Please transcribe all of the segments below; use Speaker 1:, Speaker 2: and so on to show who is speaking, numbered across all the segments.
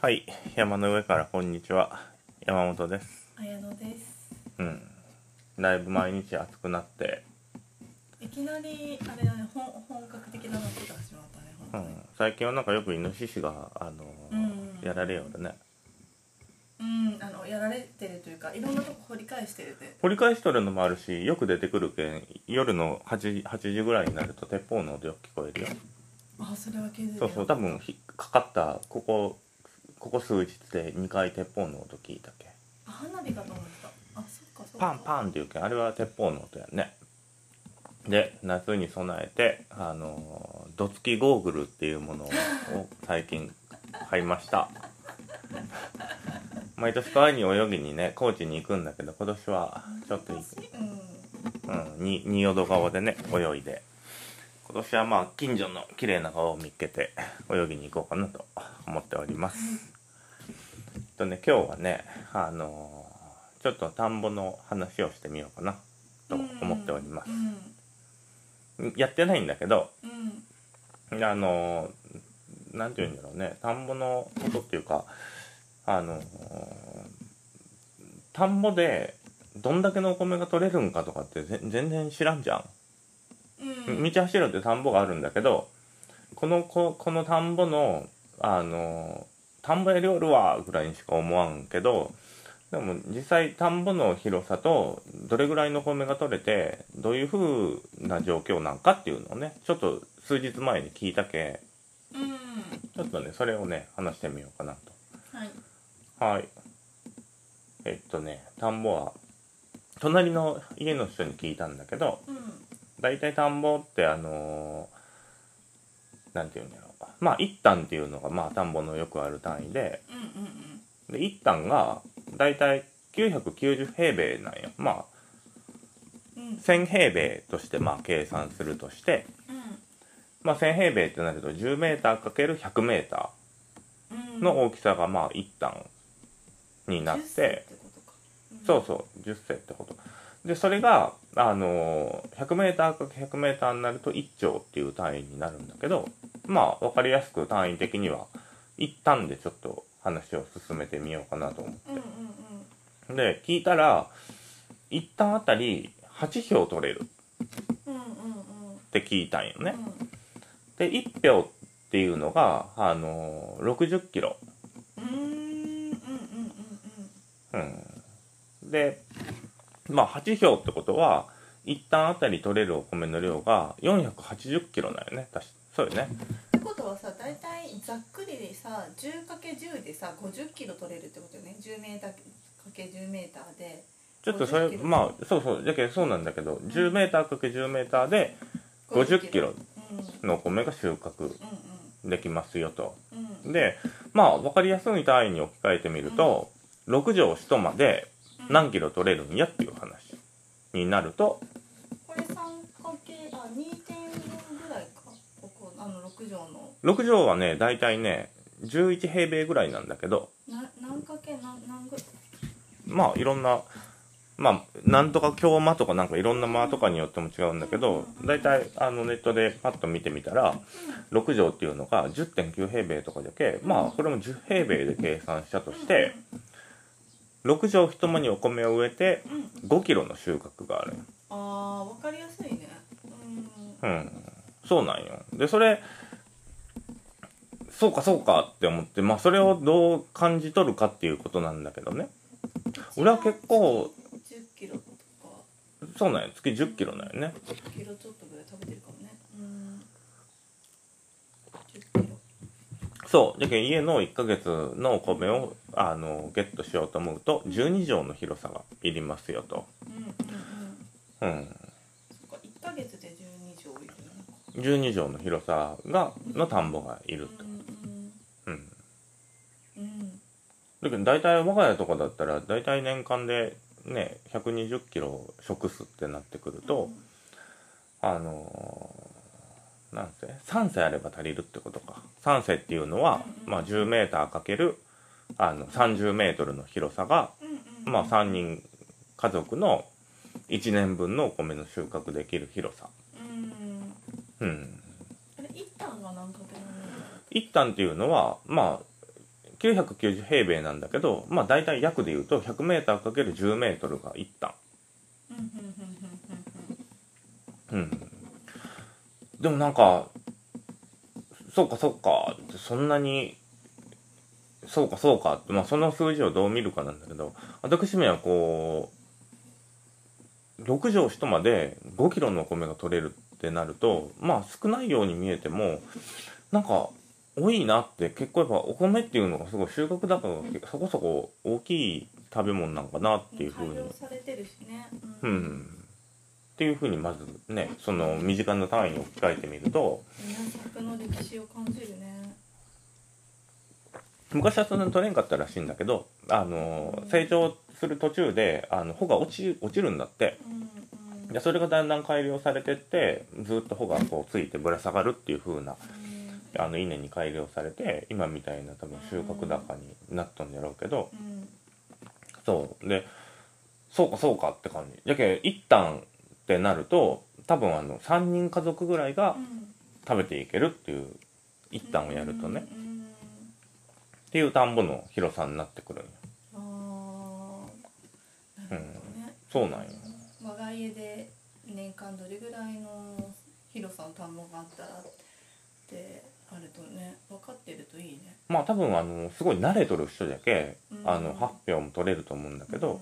Speaker 1: はい山の上からこんにちは山本です
Speaker 2: 綾乃です
Speaker 1: うんだいぶ毎日暑くなって、
Speaker 2: いきなりあれだね本本格的な夏が始まったね
Speaker 1: う
Speaker 2: 本
Speaker 1: ん、最近はなんかよくイノシシがあのー
Speaker 2: うん
Speaker 1: やられようでね
Speaker 2: 当にうんあのやられてるというかいろんなとこ掘り返してるで
Speaker 1: 掘り返しとるのもあるしよく出てくるけん夜の 8, 時8時ぐらいになると鉄砲の音よく聞こえるよ
Speaker 2: あそれは気づいて
Speaker 1: そうそう多分ひかかったここここ数日で2回鉄砲の音聞いたけん
Speaker 2: あ花火かと思ったあそっかそっか
Speaker 1: パンパンっていうけんあれは鉄砲の音やねで夏に備えてあのー、ドツキゴーグルっていうものをを最近買いました毎年川に泳ぎにね高知に行くんだけど今年はちょっとい、
Speaker 2: うん
Speaker 1: うん、に仁淀川でね泳いで今年はまあ近所の綺麗な川を見っけて泳ぎに行こうかなと思っておりますえっとね今日はねあのーちょっと田んぼの話をしてみようかなと思っております、
Speaker 2: う
Speaker 1: やってないんだけど
Speaker 2: んうん
Speaker 1: あのーなんて言うんだろうね田んぼのことっていうかあのー田んぼでどんだけのお米が取れるんかとかってぜ全然知らんじゃん
Speaker 2: うん
Speaker 1: 道走るって田んぼがあるんだけどこのここの田んぼのあの田んぼやりおるわぐらいにしか思わんけどでも実際田んぼの広さとどれぐらいの米が取れてどういう風な状況なんかっていうのをねちょっと数日前に聞いたけ
Speaker 2: うん
Speaker 1: ちょっとねそれをね話してみようかなと
Speaker 2: はい
Speaker 1: はい。えっとね、田んぼは、隣の家の人に聞いたんだけど、
Speaker 2: うん
Speaker 1: 大体田んぼってあのーなんて言うんだろう。まあ、一単っていうのが、まあ、田んぼのよくある単位で、
Speaker 2: うんうん
Speaker 1: で、一単が、大体990平米なんよ。まあ、
Speaker 2: うんうん
Speaker 1: 1000平米として、まあ、計算するとして、まあ、1000平米ってなると10メーターかける100メータ
Speaker 2: うんうん
Speaker 1: ーの大きさが、まあ、一単になっ
Speaker 2: ジュ
Speaker 1: て
Speaker 2: ース、てことか
Speaker 1: そうそう10世ってことでそれが、あのー、100m×100m になると1丁っていう単位になるんだけどまあ分かりやすく単位的には一旦でちょっと話を進めてみようかなと思
Speaker 2: うんうん
Speaker 1: うで聞いたら一旦あたり8票取れる
Speaker 2: うんうんうんうん
Speaker 1: って聞いたんよね
Speaker 2: うん
Speaker 1: で1票っていうのが、あのー、6 0キロ
Speaker 2: うーんうんうんうん
Speaker 1: うん、でまあ8票ってことは一旦あたり取れるお米の量が480キロなんよね確かそうよね
Speaker 2: ってことはさ大体ざっくりでさ 10×10 でさ50キロ取れるってことよね 10m×10m で
Speaker 1: ちょっとそれ
Speaker 2: 50キロ
Speaker 1: まあそうそうじゃけんそうなんだけど 10m×10m で50キロ
Speaker 2: うんうん
Speaker 1: のお米が収穫できますよと
Speaker 2: うんうん
Speaker 1: でまあ分かりやすい単位に置き換えてみると6畳一間で何キロ取れるんやっていう話になると
Speaker 2: これ 3× あ2.4ぐらいかここあの6畳の
Speaker 1: 6畳はね大体ね11平米ぐらいなんだけど
Speaker 2: な何かけ何何ぐ
Speaker 1: まあいろんなまあなんとか京間とかなんかいろんな間とかによっても違うんだけど大体あのネットでパッと見てみたら6畳っていうのが10.9平米とかだけまあこれも10平米で計算したとして6畳一間にお米を植えて
Speaker 2: うん、う
Speaker 1: 5
Speaker 2: ん、
Speaker 1: キロの収穫がある
Speaker 2: あー分かりやすいねうん
Speaker 1: うんそうなんよでそれそうかそうかって思ってまあそれをどう感じ取るかっていうことなんだけどね俺は結構
Speaker 2: 10キロとか
Speaker 1: そうなんよ月10キロなんよね
Speaker 2: 10キロちょっとぐらい食べてるかもねうん10キロ
Speaker 1: そう。じゃけん家の1ヶ月のお米を、あの、ゲットしようと思うと、12畳の広さがいりますよと。
Speaker 2: うんうんうん
Speaker 1: うん。
Speaker 2: そっか1ヶ月で12錠いるのか
Speaker 1: 12畳の広さが、の田んぼがいると
Speaker 2: う。ん
Speaker 1: うん。
Speaker 2: うんうん
Speaker 1: だけど大体我が家とかだったら、大体年間でね、120キロ食すってなってくると、あのーなんせ、3世あれば足りるってことか。3世っていうのは、まあ10メーターかける、あの、30メートルの広さが、
Speaker 2: うんうんうん
Speaker 1: まあ、3人家族の1年分のお米の収穫できる広さ。
Speaker 2: うん
Speaker 1: うん。
Speaker 2: あれ一旦は何かけなの
Speaker 1: 一旦っていうのは、まあ、 990平米なんだけど、まあ、大体約で言うと 100m×10m が1単
Speaker 2: うんうんうんうんうん
Speaker 1: うんでもなんかそうかそうかってそんなにそうかそうかって、まあ、その数字をどう見るかなんだけど私めはこう6畳一間で5キロのお米が取れるってなるとまあ少ないように見えてもなんか多いなって結構やっぱお米っていうのがすごい収穫高がそこそこ大きい食べ物なんかなっていうふうに
Speaker 2: 改良されてるしね
Speaker 1: う
Speaker 2: うん
Speaker 1: んっていうふうにまずねその身近な単位に置き換えてみると
Speaker 2: 稲作の歴史を感じるね
Speaker 1: 昔はそんなに取れんかったらしいんだけどあの成長する途中であの穂が落ち落ちるんだって
Speaker 2: うんうん
Speaker 1: でそれがだんだん改良されてってずっと穂がこうついてぶら下がるっていう風な
Speaker 2: うん
Speaker 1: あの稲に改良されて今みたいな多分収穫高になったんだろうけど
Speaker 2: うん
Speaker 1: そうでそうかそうかって感じだけど一旦ってなると多分あの3人家族ぐらいが
Speaker 2: うん
Speaker 1: 食べていけるっていう一旦をやるとね、っ
Speaker 2: うん
Speaker 1: ていう田んぼの広さになってくるんよ
Speaker 2: あーなるほどね
Speaker 1: そうなんよ
Speaker 2: 我が家で年間どれぐらいの広さの田んぼがあったらってあるとね分かってるといいね
Speaker 1: まあ多分あのすごい慣れとる人じゃけ、
Speaker 2: うん
Speaker 1: あの発表も取れると思うんだけど、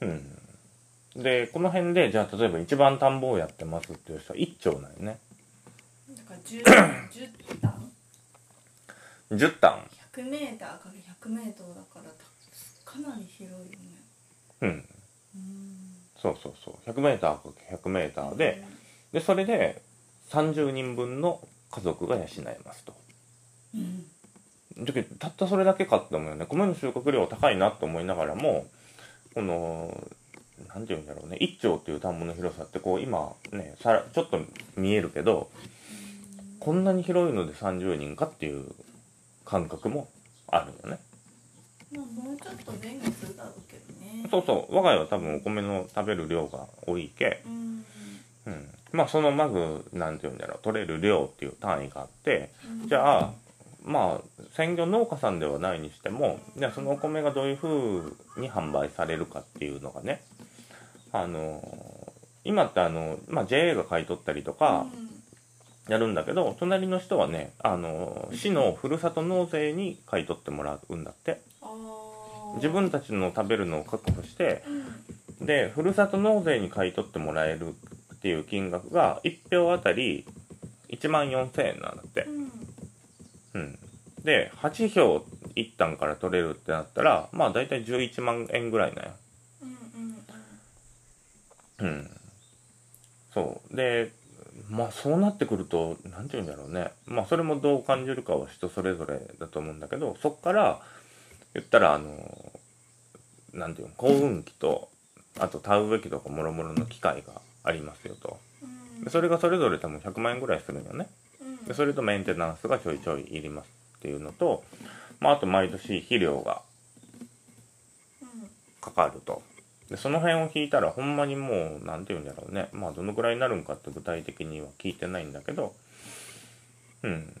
Speaker 1: うんでこの辺でじゃあ例えば一番田んぼをやってますっていう人は1丁なんよね
Speaker 2: うんだから10 10段
Speaker 1: 10単
Speaker 2: 100m かけ 100m だからたかなり広いよね
Speaker 1: うん
Speaker 2: うん
Speaker 1: そうそうそう 100m×100m ででそれで30人分の家族が養えますと
Speaker 2: うん
Speaker 1: だけどたったそれだけかって思うよね米の収穫量高いなと思いながらもこの何て言うんだろうね一丁っていう田んぼの広さってこう今ねさらちょっと見えるけどこんなに広いので30人かっていう感覚もあるよね
Speaker 2: まあもうちょっと前後するだろうけどね
Speaker 1: そうそう我が家は多分お米の食べる量が多いけ、
Speaker 2: うん
Speaker 1: うん、まあそのまず何て言うんだろう取れる量っていう単位があって
Speaker 2: うん
Speaker 1: じゃあまあ専業農家さんではないにしてもじゃあそのお米がどういうふうに販売されるかっていうのがねあの今ってあの、まあ、JA が買い取ったりとか
Speaker 2: うん
Speaker 1: やるんだけど、隣の人はねあの市のふるさと納税に買い取ってもらうんだって
Speaker 2: あー
Speaker 1: 自分たちの食べるのを確保して
Speaker 2: うん
Speaker 1: でふるさと納税に買い取ってもらえるっていう金額が1票あたり1万4000円なんだって。
Speaker 2: うん
Speaker 1: うん、で8票一単から取れるってなったらまあ大体11万円ぐらいなんよ
Speaker 2: うんう
Speaker 1: う
Speaker 2: ん
Speaker 1: んそうでまあそうなってくると何て言うんだろうねまあそれもどう感じるかは人それぞれだと思うんだけどそっから言ったらあの何て言うの幸運期とあと田植え期とかもろもろの機械がありますよと
Speaker 2: うん
Speaker 1: でそれがそれぞれ多分100万円ぐらいするんよね
Speaker 2: うん
Speaker 1: でそれとメンテナンスがちょいちょいいりますっていうのと、まあ、あと毎年肥料が
Speaker 2: うん
Speaker 1: かかるとでその辺を引いたらほんまにもう何て言うんだろうねまあどのくらいになるんかって具体的には聞いてないんだけどうん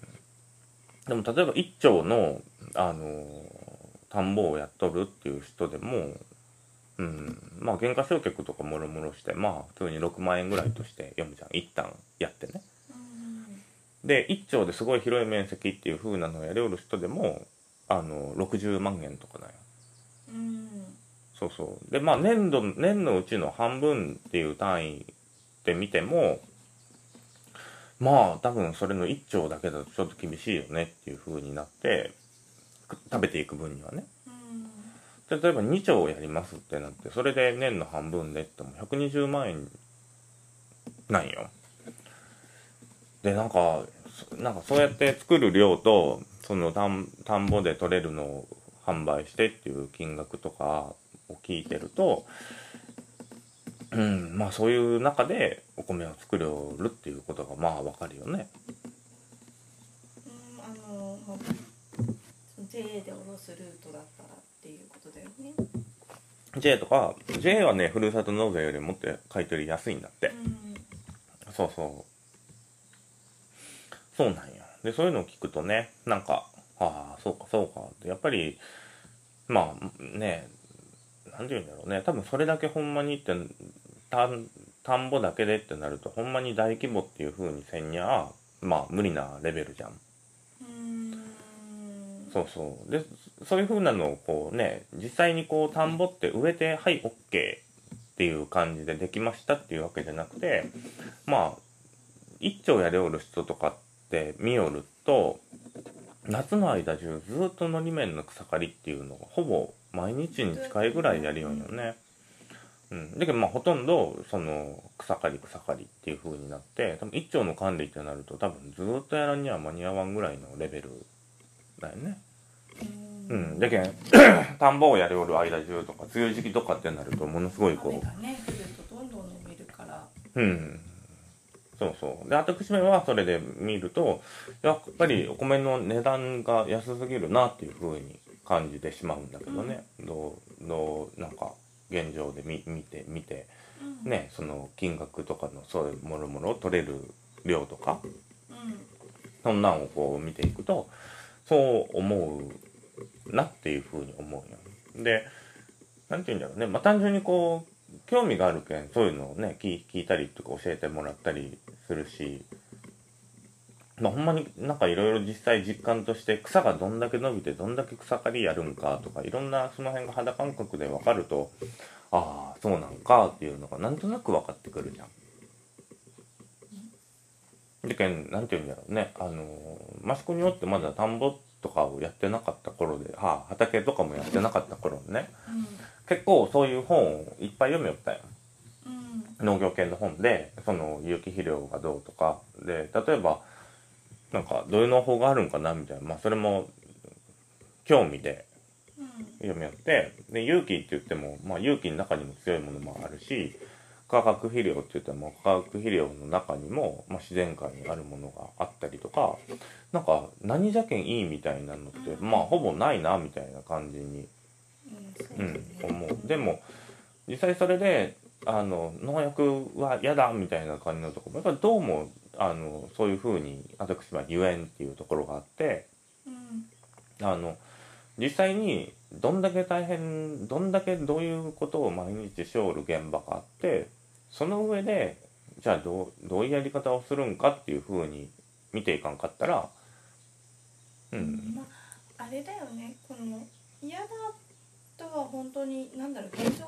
Speaker 1: でも例えば一丁のあのー田んぼをやっとるっていう人でもうんまあ減価償却とかもろもろしてまあ普通に6万円ぐらいとして 読むじゃん一旦やってね
Speaker 2: うん
Speaker 1: で一丁ですごい広い面積っていう風なのをやりおる人でもあの60万円とかなんよ
Speaker 2: うん
Speaker 1: そうそうでまあ年度年のうちの半分っていう単位で見てもまあ多分それの一丁だけだとちょっと厳しいよねっていう風になってく食べていく分にはね
Speaker 2: うん
Speaker 1: で例えば2丁やりますってなってそれで年の半分でっても120万円なんよでなんかそなんかそうやって作る量とその田ん田んぼで取れるのを販売してっていう金額とかを聞いてるとうんまあそういう中でお米を作れおるっていうことがまあわかるよね
Speaker 2: うんあの、まあ、その JA でおろすルートだったらっていうことだよね。
Speaker 1: J とか J はねふるさと納税よりもって買い取り安いんだって
Speaker 2: う
Speaker 1: そうそうそうなんよでそういうのを聞くとねなんかああそうかそうかってやっぱりまあねなんて言うんだろうね多分それだけほんまにって田ん田んぼだけでってなるとほんまに大規模っていう風にせんにゃまあ無理なレベルじゃん。
Speaker 2: うーん
Speaker 1: そうそうでそういう風なのをこうね実際にこう田んぼって植えて「はい OK」っていう感じでできましたっていうわけじゃなくてまあ一丁やりおる人とかって見よると夏の間中ずっとのり面の草刈りっていうのがほぼ毎日に近いぐらいやりよんよね。うん、だけどまあほとんどその草刈り草刈りっていう風になって多分一丁の管理ってなると多分ずっとやらんには間に合わんぐらいのレベルだよね。
Speaker 2: う
Speaker 1: うんん、でけん 田んぼをやりおる間中とか梅雨時期とかってなるとものすごい
Speaker 2: 雨
Speaker 1: こ
Speaker 2: がね降るとどんどん伸びるから
Speaker 1: ううんそうそうで私めはそれで見るとやっぱりお米の値段が安すぎるなっていう風に感じてしまうんだけどね、どうどうなんか現状で見見て見て
Speaker 2: うん
Speaker 1: ねその金額とかのそういうもろもろ取れる量とか
Speaker 2: うん
Speaker 1: そんなんをこう見ていくとそう思うなっていうふうに思うよ。でなんて言うんだろうね、まあ、単純にこう興味があるけんそういうのをね聞聞いたりとか教えてもらったりするし、まあ、ほんまになんかいろいろ実際実感として草がどんだけ伸びてどんだけ草刈りやるんかとかいろんなその辺が肌感覚で分かるとああそうなんかっていうのがなんとなく分かってくるじゃん。でけんなんて言うんだろうねあのーマスコミによってまだ田んぼとかをやってなかった頃で、はあ、畑とかもやってなかった頃ね結構そういう本をいっぱい読みよったよ
Speaker 2: うん
Speaker 1: 農業系の本でその有機肥料がどうとかで例えばなんかどういう農法があるんかなみたいな、まあ、それも興味で
Speaker 2: うん
Speaker 1: 読み合ってで有機って言っても、まあ、有機の中にも強いものもあるし化学肥料って言っても化学肥料の中にも、まあ、自然界にあるものがあったりとかなんか何じゃけんいいみたいなのって、
Speaker 2: うん
Speaker 1: まあほぼないなみたいな感じに、
Speaker 2: うんそう
Speaker 1: う
Speaker 2: だ
Speaker 1: ん
Speaker 2: ね、
Speaker 1: 思う。でも実際それであの農薬は嫌だみたいな感じのところやっぱりどうもあのそういうふうに私はゆえんっていうところがあって。
Speaker 2: うん
Speaker 1: あの実際にどんだけ大変どんだけどういうことを毎日しおる現場があってその上でじゃあどうどういうやり方をするんかっていうふうに見ていかんかったらうん
Speaker 2: まああれだよねこの嫌だとは本当になんだろう現状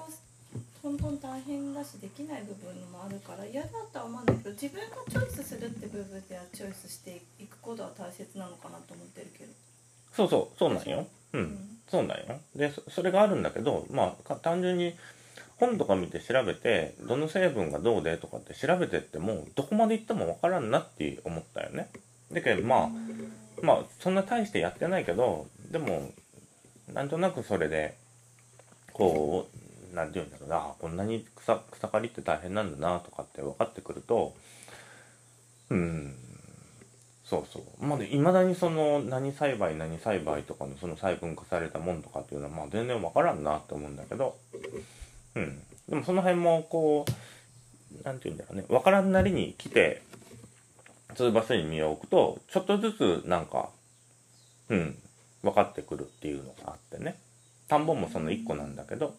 Speaker 2: 本当に大変だしできない部分もあるから嫌だとは思うんだけど自分がチョイスするって部分ではチョイスしていくことは大切なのかなと思ってるけど。
Speaker 1: そうそうそうなんよう
Speaker 2: うん
Speaker 1: そうなんよでそそれがあるんだけどまあか単純に本とか見て調べてどの成分がどうでとかって調べてってもどこまでいってもわからんなって思ったよねだけどまあ、まあそんな大してやってないけどでもなんとなくそれでこう何て言うんだろうなあこんなに草草刈りって大変なんだなとかって分かってくるとうんそうそうまあいまだにその何栽培何栽培とかのその細分化されたもんとかっていうのはまあ全然分からんなって思うんだけどうんでもその辺もこう何て言うんだろうね分からんなりに来てそういう場所に身を置くとちょっとずつなんかうん分かってくるっていうのがあってね田んぼもその一個なんだけど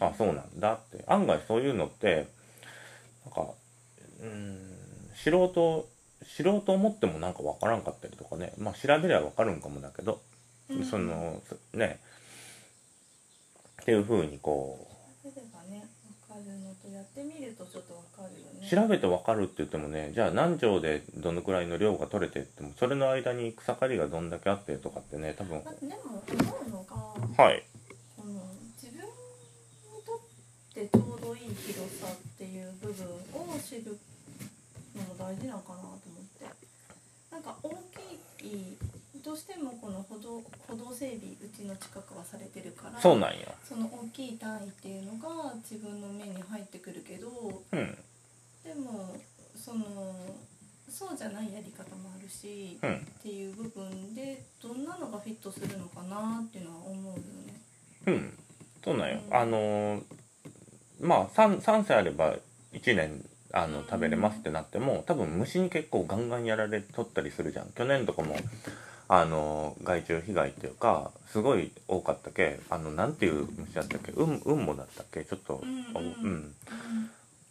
Speaker 1: あそうなんだって案外そういうのってなんかうん素人素人思ってもなんか分からんかったりとかねまあ調べりゃ分かるんかもだけど、
Speaker 2: うん
Speaker 1: そのねっていう風にこう
Speaker 2: 調べればねわかるのとやってみるとちょっとわかるよね。
Speaker 1: 調べて分かるって言ってもねじゃあ何錠でどのくらいの量が取れてってもそれの間に草刈りがどんだけあってとかってね多分
Speaker 2: まあでも思うのが
Speaker 1: はい
Speaker 2: この自分にとってちょうどいい広さっていう部分を知るのも大事なのかなと思ってなんか大きいどうしてもこの歩道歩道整備うちの近くはされてるから
Speaker 1: そうなんよ
Speaker 2: その大きい単位っていうのが自分の目に入ってくるけど
Speaker 1: うん
Speaker 2: でもそのそうじゃないやり方もあるし
Speaker 1: うん
Speaker 2: っていう部分でどんなのがフィットするのかなっていうのは思うよね。
Speaker 1: うんそうなんよ
Speaker 2: うん
Speaker 1: あのーまあ 3, 3歳あれば1年あの食べれますってなっても多分虫に結構ガンガンやられとったりするじゃん去年とかもあの害虫被害っていうかすごい多かったけあのなんていう虫だったっけうんうんもだったっけちょっと、
Speaker 2: うんうん
Speaker 1: あ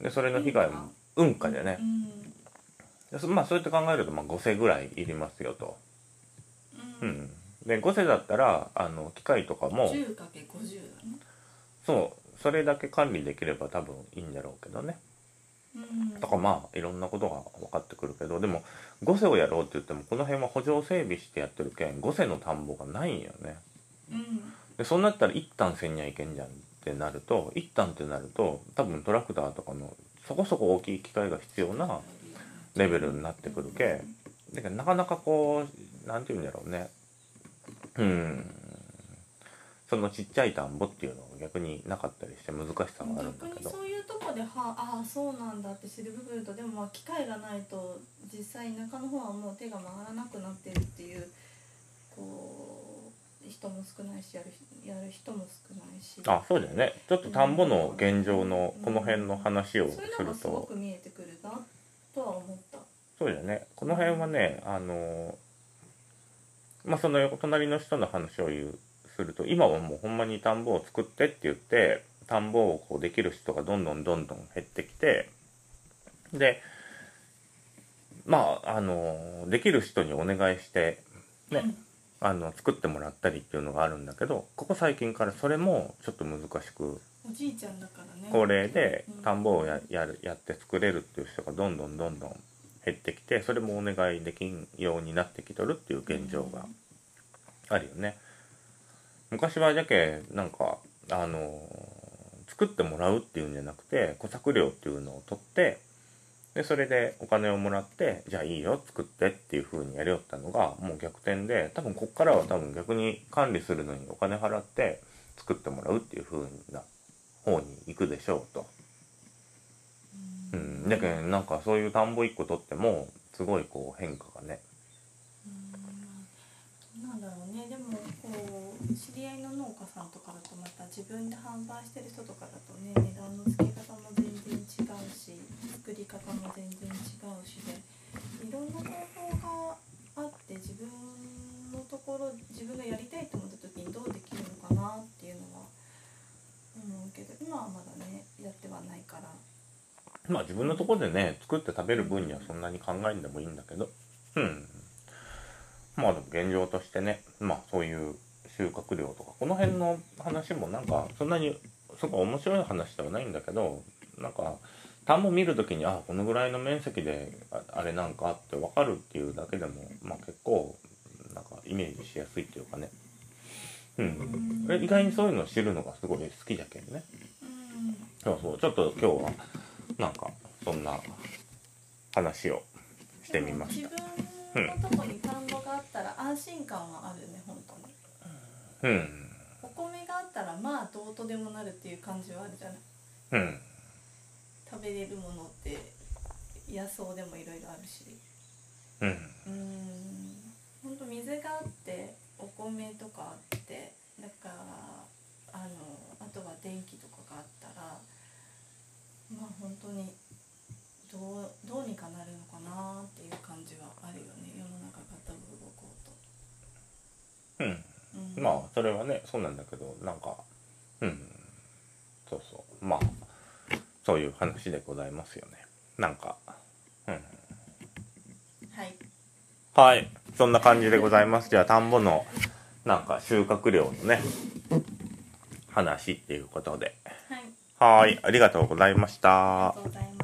Speaker 1: でそれの被害もうんかでね
Speaker 2: う、ん
Speaker 1: でそまあそうやって考えると、まあ、5世ぐらいいりますよと、う
Speaker 2: うん
Speaker 1: ん、で5世だったらあの機械とかも
Speaker 2: 10かけ50だね
Speaker 1: そうそれだけ管理できれば多分いいんだろうけどね
Speaker 2: うん
Speaker 1: とかまあいろんなことが分かってくるけどでも5世をやろうって言ってもこの辺は補助整備してやってるけん5世の田んぼがないんよね
Speaker 2: うん
Speaker 1: でそうなったら一旦せんにゃいけんじゃんってなると一旦ってなると多分トラクターとかのそこそこ大きい機械が必要なレベルになってくるけだからなかなかこうなんて言うんだろうねうんそのちっちゃい田んぼっていうのが逆になかったりして難しさがあるんだ
Speaker 2: 逆
Speaker 1: け
Speaker 2: に
Speaker 1: ど
Speaker 2: そういうとこではああそうなんだって知る部分とでもまあ機会がないと実際田舎の方はもう手が回らなくなってるっていうこう人も少ないしやるやる人も少ないし
Speaker 1: あそうだよねちょっと田んぼの現状のこの辺の話をす
Speaker 2: そういうの
Speaker 1: る
Speaker 2: がすご
Speaker 1: と
Speaker 2: く見えてくるなとは思った。
Speaker 1: そうだよねこの辺はねあのまあその横隣の人の話を言うすると今はもうほんまに田んぼを作ってって言って田んぼをこうできる人がどんどんどんどん減ってきてでまああのできる人にお願いしてねあの作ってもらったりっていうのがあるんだけどここ最近からそれもちょっと難しく
Speaker 2: うんおじいちゃんだからね。
Speaker 1: 高齢で
Speaker 2: うん
Speaker 1: 田んぼをややるやって作れるっていう人がどんどんどんどん減ってきてそれもお願いできんようになってきとるっていう現状があるよね。昔はじゃけなんかあのー作ってもらうっていうんじゃなくて小作料っていうのを取ってでそれでお金をもらってじゃあいいよ作ってっていう風にやりよったのがもう逆転で多分こっからは多分逆に管理するのにお金払って作ってもらうっていう風な方に行くでしょうと。う
Speaker 2: うん
Speaker 1: ん、だけどなんかそういう田んぼ1個取ってもすごいこう変化がね
Speaker 2: うんなんだろうねでもこう知り合いの農家さんとかだとまた自分で販売してる人とかだとね値段の付け方も全然違うし作り方も全然違うしでいろんな方法があって自分のところ自分がやりたいと思った時にどうできるのかなっていうのは思うけど今はまだねやってはないから。
Speaker 1: まあ自分のところでね作って食べる分にはそんなに考えんでもいいんだけどうんまあでも現状としてねまあそういう収穫量とかこの辺の話もなんかそんなにすごい面白い話ではないんだけどなんか田んぼ見る時にあこのぐらいの面積でああれなんかあって分かるっていうだけでもまあ結構なんかイメージしやすいっていうかねうんえ意外にそういうのを知るのがすごい好きじゃけんね
Speaker 2: うん
Speaker 1: そうそうちょっと今日はなんかそんな話をしてみました
Speaker 2: でも自分のとこに田んぼがあったら安心感はあるね本当に
Speaker 1: うん
Speaker 2: お米があったらまあどうとでもなるっていう感じはあるじゃない
Speaker 1: うん
Speaker 2: 食べれるものって野草でもいろいろあるし
Speaker 1: うん
Speaker 2: うーん本当水があってお米とかあってなんかあのあとは電気とかがあったらまあ本当にどうどうにかなるのかなっていう感じはあるよね世の中がどう動こうと。
Speaker 1: うん
Speaker 2: うん
Speaker 1: まあそれはねそうなんだけどなんかうんそうそうまあそういう話でございますよねなんかうん
Speaker 2: はい
Speaker 1: はいそんな感じでございますじゃあ田んぼのなんか収穫量のね話っていうことで
Speaker 2: は
Speaker 1: は
Speaker 2: い、
Speaker 1: ーいありがとうございました。
Speaker 2: ありがとうございます。